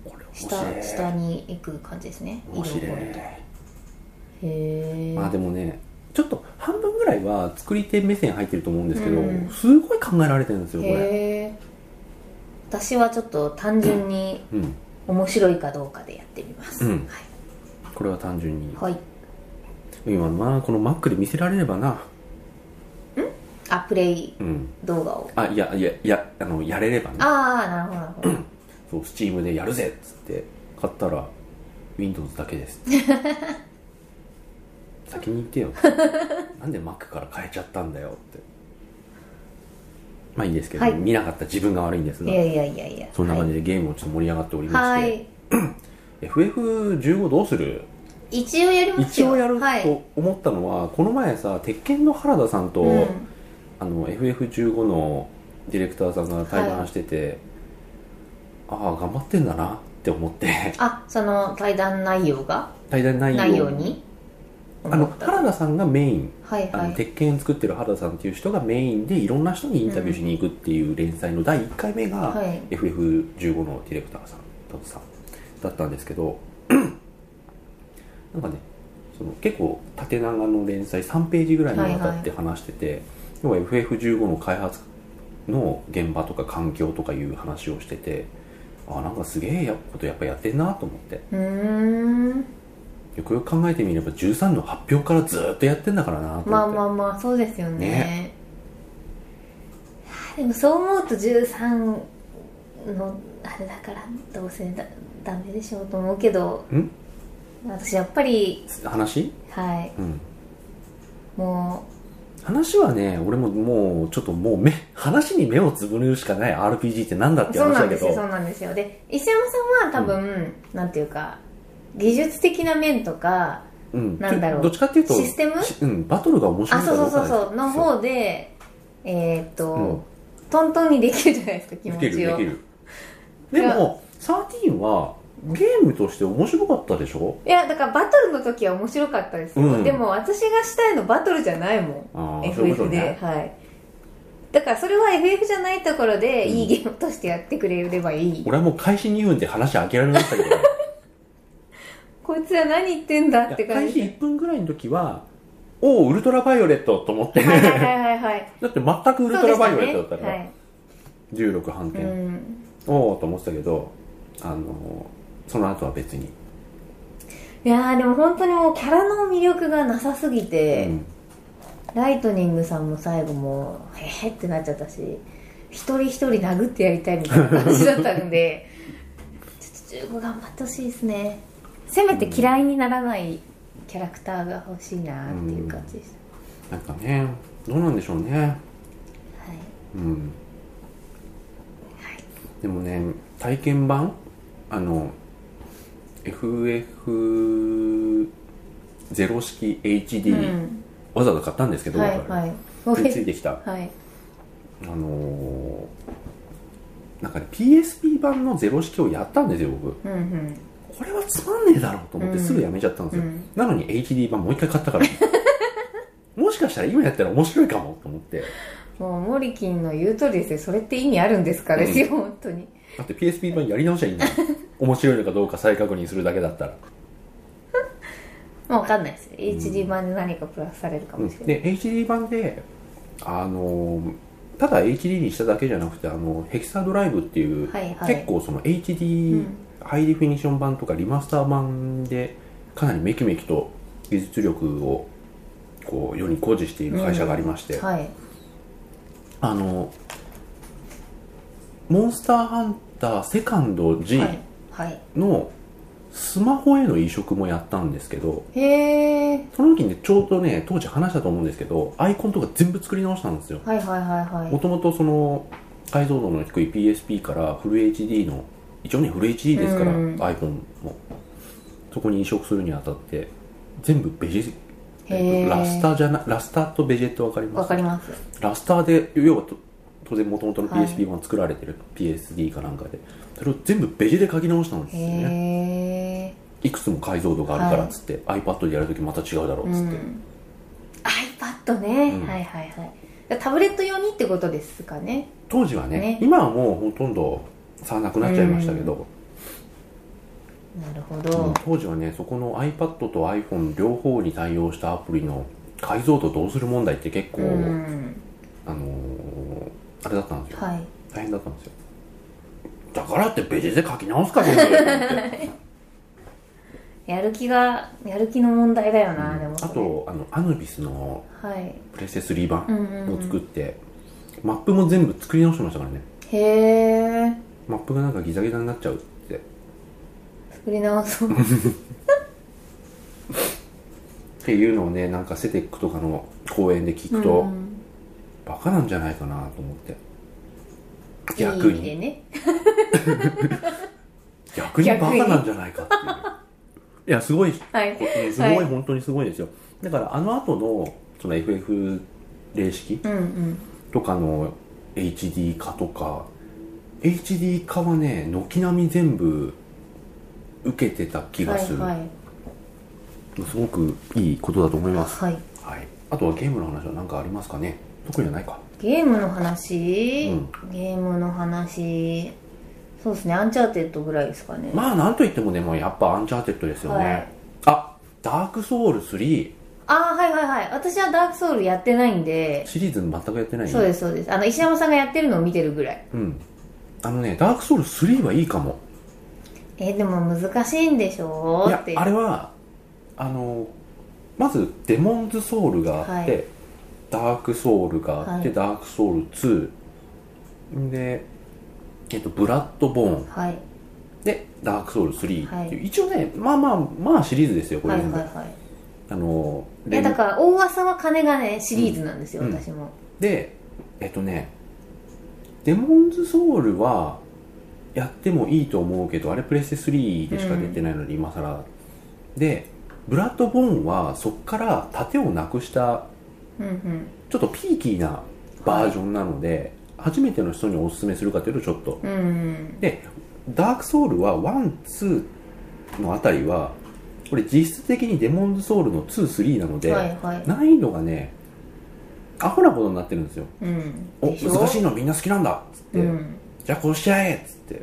これ面
下
白い
下に行く感じですね
面白い
色々とへえ
まあでもねちょっと半分ぐらいは作り手目線入ってると思うんですけど、
うん
すごい考えられてるんですよこれ、
へえ私はちょっと単純に
うん、
面白いかどうかでやってみます、
うん
は
これは単純に
い、はい、
今まあこの Mac で見せられればな
あプレイ
うん
動画を
あいやいやいやあのやれればね
ああなるほどなる
そ
ほど
う Steam でやるぜっつって買ったら Windows だけです 先に言ってよなんで Mac から変えちゃったんだよってまあいいですけど、
はい
見なかった自分が悪いんです
い
が
やいやいやいや
そんな感じでゲームもちょっと盛り上がっておりま
は
し
い、は
て、
い
FF15 どうする
一応やります
一
よ
応やる
はい、
と思ったのは、この前さ鉄拳の原田さんと、
うん
あの FF15 のディレクターさんが対談してて、ああ頑張ってんだなって思って
あその対談内容が
対談内容
内容に
あの原田さんがメイン
はい
あの、
はい
鉄拳作ってる原田さんっていう人がメインでいろんな人にインタビューしに行くっていう連載の第1回目が、
はい
FF15 のディレクターさんトムさんだったんですけど なんかねその結構縦長の連載3ページぐらいにわたって話してて、要は FF15 の開発の現場とか環境とかいう話をしててあなんかすげえやことやっぱやってんなと思って
うーん
よくよく考えてみれば13の発表からずーっとやってんだからなと思って、
まあまあまあそうですよね
ね
あでもそう思うと13のあれだからどうせだダメでしょうと思うけど
ん
私やっぱり
話
はい
うん
も
話はね俺ももうちょっともう目話に目をつぶるしかない RPG ってなんだっ
う
て
そう
話
な
だ
んで
け
すよそう
ど
なんですよで石山さんは多分、なんていうか技術的な面とか
うん
なんだろう
どっちかっていうと
システム
しうん、バトルが面白
あ
いか
そう
ど
そうう
か
そうそうの方でえーっと、
うん
トントンにできるじゃないですか気
で
持
きる
ち
で
を
きるでも13はゲームとして面白かったでしょ
いやだからバトルの時は面白かったですよ、
うん
でも私がしたいのバトルじゃないも
あ
ん
あそういうこ
FF
と
で、
ね
はいだからそれは FF じゃないところで
うん
いいゲームとしてやってくれればいい、
俺はもう開始2分で話諦めました けど
こいつら何言ってんだって
いや開
感
始
じ
1分ぐらいの時はおおウルトラバイオレットと思って、
はいはいはいはいはい
だって全 くウルトラバイオレットだったから、
ね
16反転、
はいうん、
おおと思ってたけどあのその後は別に、
いやーでも本当にもうキャラの魅力がなさすぎて、
うん
ライトニングさんも最後もうへへってなっちゃったし一人一人殴ってやりたいみたいな感じだったんでちょっと15頑張ってほしいですねせめて嫌いにならないキャラクターが欲しいなっていう感じです、
なんかねどうなんでしょうね
はい
うん
はい
でもね体験版あの FF0 式 HD、
うん
わざわざ買ったんですけど、
はい
僕は
はい
でついてきた
はい
あのーなんかね PSP 版の0式をやったんですよ僕
うんうん
これはつまんねえだろうと思って
うん
すぐやめちゃったんですよ、
うん
なのに HD 版もう一回買ったから もしかしたら今やったら面白いかもと思って
もうモリキンの言う通りですよそれって意味あるんですかですよ、本当に
だって PSP 版やり直しゃいいんだよ面白いのかどうか再確認するだけだったら、
まあわかんないですよ HD 版で何かプラスされるかもしれない、
で HD 版であのーただ HD にしただけじゃなくてあのヘキサドライブっていう、
はいはい
結構その
う
HD、
ん
ハイディフィニッション版とかリマスター版でかなりメキメキと技術力をこう世に誇示している会社がありまして、
はい
あのモンスターハンターセカンド G
はいはい
のスマホへの移植もやったんですけど
へえ
その時にねちょうどね当時話したと思うんですけどアイコンとか全部作り直したんですよ
はいはいはいはい
もともとその解像度の低い PSP からフル HD の一応ねフル HD ですから、
うん
アイコンもそこに移植するにあたって全部ベジ
へー
ラスターじゃなラスターとベジェット分かりま
わ
す
かります
ラスターで要はと当然もともとの
はい
PSP 版作られてる、PSD かなんかでそれを全部ベジで書き直したんです
へ
よね
え
いくつも解像度があるからっつって、iPad でやるときまた違うだろうっつって、
iPad ね、
うん
はいはいはいタブレット用にってことですかね
当時はね
ね
今はもうほとんど差なくなっちゃいましたけど、
なるほ
う
ど
ん、当時はねそこの iPad と iPhone 両方に対応したアプリの解像度どうする問題って結構、
うん
あのーあれだったんですよ
はい
大変だったんですよだからってベジで書き直すか ねと思って
やる気がやる気の問題だよな、でもそ
あ
れ
とあのアヌビスの
はい
プレステ3
う
版
んうんう
を
ん
作って、マップも全部作り直してましたからね
へえ
マップがなんかギザギザになっちゃうって
作り直そう
っていうのをねなんかセテックとかの公演で聞くと、
うんうん
バカなんじゃないかなと思って
いい
逆
意味で
に
ね
逆にバカなんじゃないかっていういやすごい
はい
これすごい、本当にすごいですよだからあの後のその FF 零式
うんうん
とかの HD 化とか HD 化はね軒並み全部受けてた気がする、
はいはい
すごくいいことだと思います、
はい、
はい、あとはゲームの話は何かありますかね特にはないか
ゲームの話、
う
ゲームの話そうですねアンチャーテッドぐらいですかね、
まあなんといってもねもうやっぱアンチャーテッドですよね、
はい
あダークソウル3
ああはいはいはい私はダークソウルやってないんで
シリーズ全くやってない、
そうですすそうですあの石山さんがやってるのを見てるぐらい
うん、あのねダークソウル3はいいかも
えーでも難しいんでしょ
いうや
って
あれはあのまずデモンズソウルがあって、
は
ダークソウルがあって、
はい
ダークソウル2で、えっと、ブラッドボーン
はい
でダークソウル3っていう、
はい
一応ねまあまあまあシリーズですよこ
は
れ
い
全部、
はいはい
あの
いや
連
だから大噂は金がねシリーズなんですよ、
うん
私も
でえっとねデモンズソウルはやってもいいと思うけどあれプレステ3でしか出てないので、今更でブラッドボーンはそっから盾をなくした
うんうん
ちょっとピーキーなバージョンなので、初めての人におすすめするかというとちょっと
うんうん
でダークソウルは12のあたりはこれ実質的にデモンズソウルの23なので、
はいはい
難易度がねアホなことになってるんですよ
うん
お
でしょ
難しいのみんな好きなんだっつって、
うん
じゃあこうしちゃえっつって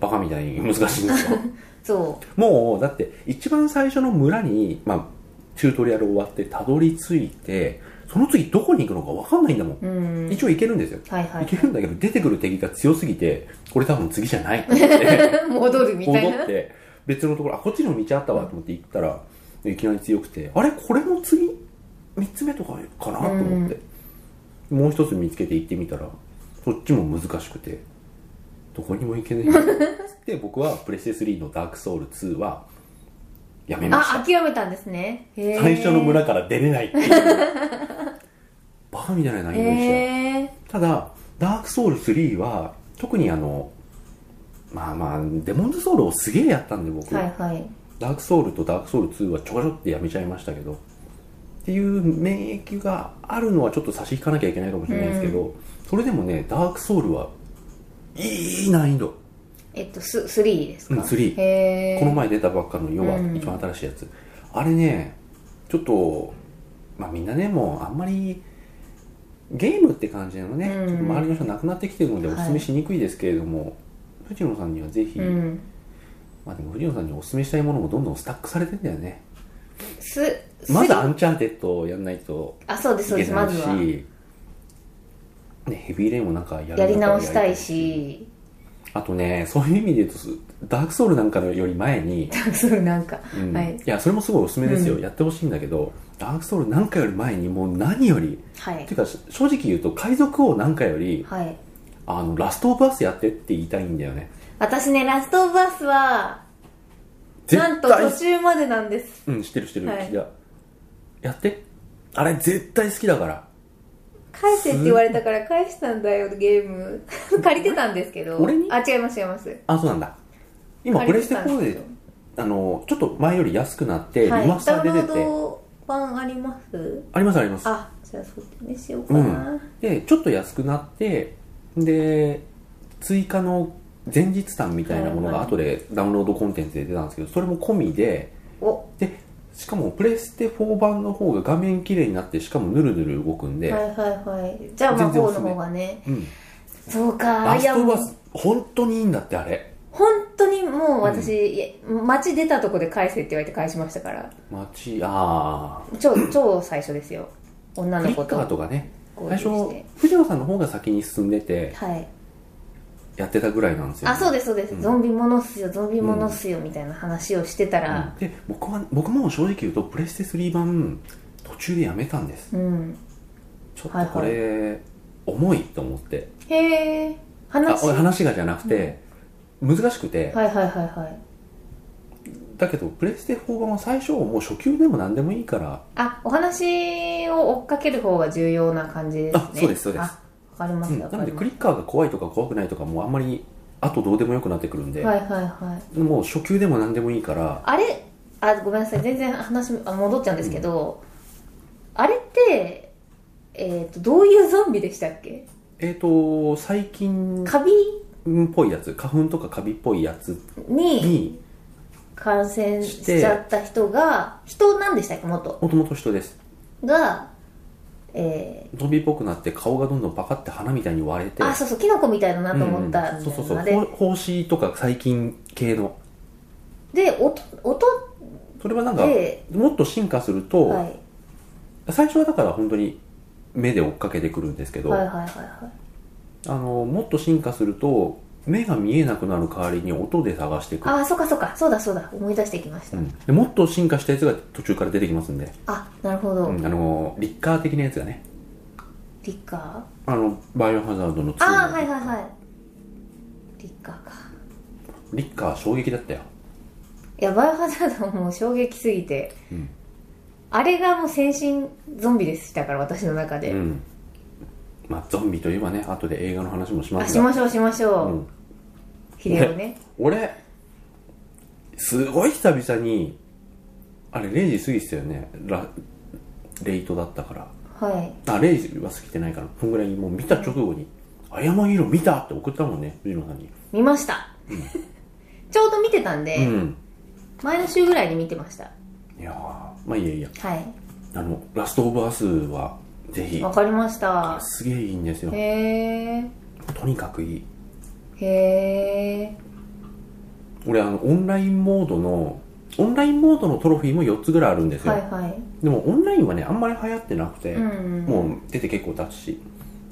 バカみたいに難しいんで すよ
そ
もうだって一番最初の村に、まあ、チュートリアル終わってたどり着いてその次どこに行くのか分かんないんだもん、
ううん
一応行けるんですよ、
はいはい
行けるんだけど出てくる敵が強すぎてこれ多分次じゃ ないと思って
戻るみたい
戻っ
な
て別のところあこっちにも道あったわと思って行ったらいきなり強くてあれこれも次3つ目とかかなと思って、もう一つ見つけて行ってみたらそっちも難しくてどこにも行けない で僕はプレステ3の「ダークソウル2」はやめました
あ諦めたんですねへー
最初の村から出れないって いうバカみたいな内容でしたよ
へえ
ただダークソウル3は特にあのまあまあデモンズソウルをすげえやったんで僕、
はいはい
ダークソウルとダークソウル2はちょこちょってやめちゃいましたけどっていう免疫があるのはちょっと差し引かなきゃいけないかもしれないですけど、それでもねダークソウルはいい難易度
えっとス3ですか、
うん3
へえ
この前出たばっかの要は
うん
一番新しいやつ、あれねちょっとまあみんなねもうあんまりゲームって感じのね、
うん
ちょっと周りの人なくなってきてるので
は
お
い
すすめしにくいですけれども、藤野さんにはぜひ、
うん
まあでも藤野さんにおすすめしたいものもどんどんスタックされてんだよね
すス
ま
リー
だアンチャーテッドをやんないと
あそうで
い
すそう
け
です
な
ま
い
ず
し、
は
ね、ヘビーレインもなんかやるんだった
や
ら
り直した
や
い
り
し
あとねそういう意味で言うとダークソウルなんかのより前に
それなんか、
うん
はいい、
やそれもすごいおすすめですよ、
うん
やってほしいんだけどダークソウル何回より前にもう何より
は
っ
い
ていうかし正直言うと海賊王何回より
はい
あのラストオブアスやってって言いたいんだよね
私ねラストオブアスはなんと途中までなんです
うん知ってる知ってる、
はい
いややってあれ絶対好きだから
返せって言われたから返したんだよゲーム 借りてたんですけど
俺に
あ違います違います
あそうなんだ今プ
借
レ
り
ス
て
テ
たんですよ
4であのちょっと前より安くなって、
はい
リマスタ
ダウ
ーで
ン
出
ロ
て
ー
て
ド版あります
ありますあります
あじゃあそうにしようか
う
な、
ん、でちょっと安くなってで追加の前日談みたいなものが
はいはい
後でダウンロードコンテンツで出たんですけどそれも込みで
お
でしかもプレステ4版の方が画面綺麗になってしかもヌルヌル動くんで、
はいはいはいじゃあ魔
全然お
法
すす
の
め
方がね
うん、
そうか
ラ
いや
スト
も
バ
う
ス本当にいいんだってあれ
本当にもう私、いや街出たとこで返せって言われて返しましたから
街あ
超超最初ですよ女
あク
の
リ
子
ッカー
と
とかね
合
最
流
初
して
藤野さんの方が先に進んでて
はい
やってたぐらいなんですよ、
あそう
で
ですそうです、
うん
ゾンビものっすよゾンビものっすよみたいな話をしてたら
で僕は僕も正直言うとプレステ3版途中でやめたんです
うん、
ちょっとこれ、重いと思って
へえ
あ
話
おい話がじゃなくて、難しくて、
はいはいはいはい
だけどプレステ4版は最初もう初級でも何でもいいから
あお話を追っかける方が重要な感じですね
あそうですそうです
あわかりま
う
す
ん
わ
な
か
ので
りま
ク
す
リッカーが怖いとか怖くないとかもうあんまりあとどうでもよくなってくるんで、
はいはいはい
もう初級でも何でもいいから
あれあごめんなさい全然話あ戻っちゃうんですけど、あれって、えー、とどういうゾンビでしたっけ
えっ、と最近
カビ
っぽいやつ花粉とかカビっぽいやつ
に
に
感染しちゃった人が人なんでしたっけ元
もともと人です
が、え
ゾンビっぽくなって顔がどんどんパカって花みたいに割れて
ー、あそうそうキノコみたいだなと思った
うん
み
そうそ
た
う
い
そう
なの
ほ胞子とか細菌系の
でで音音
それはなんか
で、
もっと進化すると、
はい、
最初はだから本当に目で追っかけてくるんですけど、
はいはいはいはい
あのもっと進化すると目が見えなくなる代わりに音で探してくる、
ああそうかそうかそうだそうだ思い出してきまし
う
た、
ん、でもっと進化したやつが途中から出てきますんで、
あなるほど、
うんあのリッカー的なやつがね
リッカー
あのバイオハザードの2の
ああはいはいはいリッカーか
リッカー衝撃だったよ
いやバイオハザードはもう衝撃すぎて、
うん
あれがもう先進ゾンビでしたから私の中で、
うんまあゾンビといえばね後で映画の話もしま
あ
す
し
が
ましょうしましょう、
うん
ヒデオね
俺すごい久々にあれ0時過ぎてたよねラレイトだったから
はい
あ0時は過ぎてないからそんぐらいにもう見た直後に「あやまひろ見た!」って送ったもんね藤野さんに
見ました、ちょうど見てたんで、
うん
前の週ぐらいに見てました
いやーまあいいやいいや
はい
あの「ラストオブアス」はぜひ
わかりました
すげえいいんですよ
へえ
とにかくいい
へえ
俺あのオンラインモードのオンラインモードのトロフィーも4つぐらいあるんですよ、
はいはい
でもオンラインはねあんまり流行ってなくて、
うん
もう出て結構経つし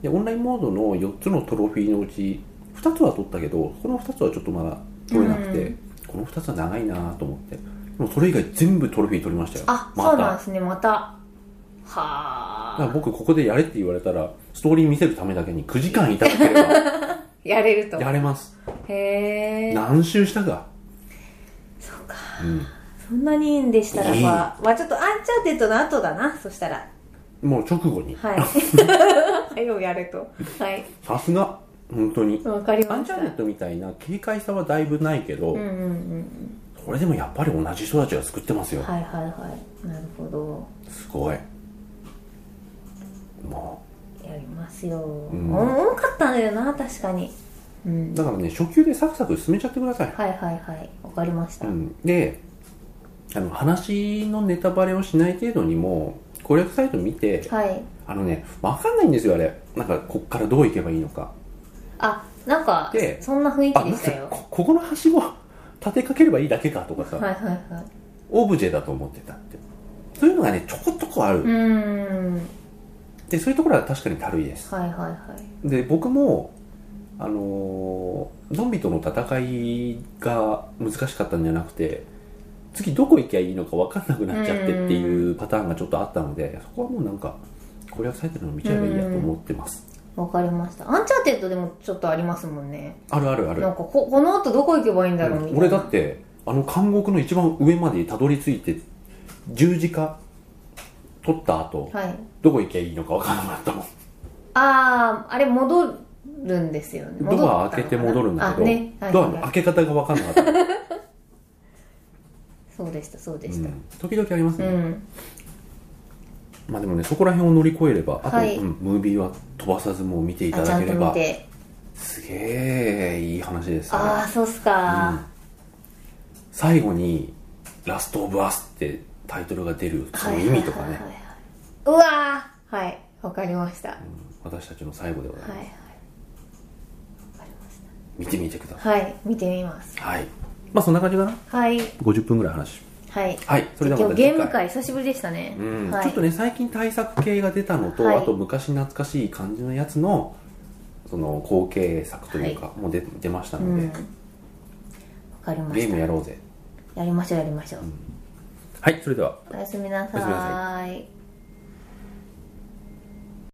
でオンラインモードの4つのトロフィーのうち2つは取ったけどこの2つはちょっとまだ取れなくて、
うん
この2つは長いなと思ってでもそれ以外全部トロフィー取りましたよ
あ、
また
そうなんですねまた
だから
はあ
僕ここでやれって言われたらストーリー見せるためだけに9時間いただければ
やれると
やれます
へえ
何周したか
そうか
う
そんなにいいんでしたらば、まあちょっとアンチャーテッドの後だなそしたら
んもう直後に
はい早うやれとはい
さすが本当に
わかり
ア
ま
ン
し
チ
た
ャーネットみたいな軽快さはだいぶないけど、
うんうんうん
これでもやっぱり同じ人たちが作ってますよ、
はいはいはいなるほど
すごいも
やりますよ、
ん
お重かったんだよな確かにうん
うだからね初級でサクサク進めちゃってください、
はいはいはいわかりました、
うん、であの話のネタバレをしない程度にも攻略サイト見て
はい
あのね分かんないんですよあれなんかこっからどういけばいいのか
あなんか
で
そんな雰囲
あ
気で
ま
した
ず
よ
こここのはしご立てかければいいだけかとかさ、
はいはいはい
オブジェだと思ってたってそういうのがねちょこっとこある、
うーん
でそういうところは確かにたるいです
はいはいはい
で僕もあのーゾンビとの戦いが難しかったんじゃなくて次どこ行きゃいいのか分かんなくなっちゃってっていうパターンがちょっとあったのでそこはもうなんか攻略サイトでも見ちゃえばいいやと思ってます
わかりましたアンチャーテッドでもちょっとありますもんね
あるあるある
なんかここの後どこ行けばいいんだろうみたい
うん
な、
俺だってあの監獄の一番上までたどり着いて十字架取った後
はい
どこ行きゃいいのか分からなかったもん
あああれ戻るんですよね戻ったの
ド
かな
ア開けて戻るんだけど、
あねはい
ド
は
ア
い
の
はい
開け方が分からなかった、うん
そうでしたそうでした
時々あります
う
ね、
ん、
まあでもねそこら辺を乗り越えればあと、
はい
うんムービーは飛ばさずもう見ていた
あち
だ
ゃ
け
ん
れ
と見
ば
て
すげえいい話ですね
ああそうっす
う
か
ん、最後に「ラスト・オブ・アス」ってタイトルが出るそ
は
の
い
意味とかね、
はいはいはいうわーはいわかりました、
うん私たちの最後でござい
はい
ま
はい
す、
わかりました
見てみてくださ
はい見てみます
いはいまあそんな感じかな
はい
50分ぐらい話
はい
はいそれでは
今
ま
日
た
ゲ
次
ーム
回
会久しぶりでしたね、
うん
はい
ちょっとね最近対策系が出たのと、
はい
あと昔懐かしい感じのやつのその後継作というか、もう出出ました
う
の
ん
で
わ、かりま
ゲ
し
ー
た
ムや
や
ろうぜ
りましょうやりましょう、
はいそれでは
おやすみな
おやすみな
さーい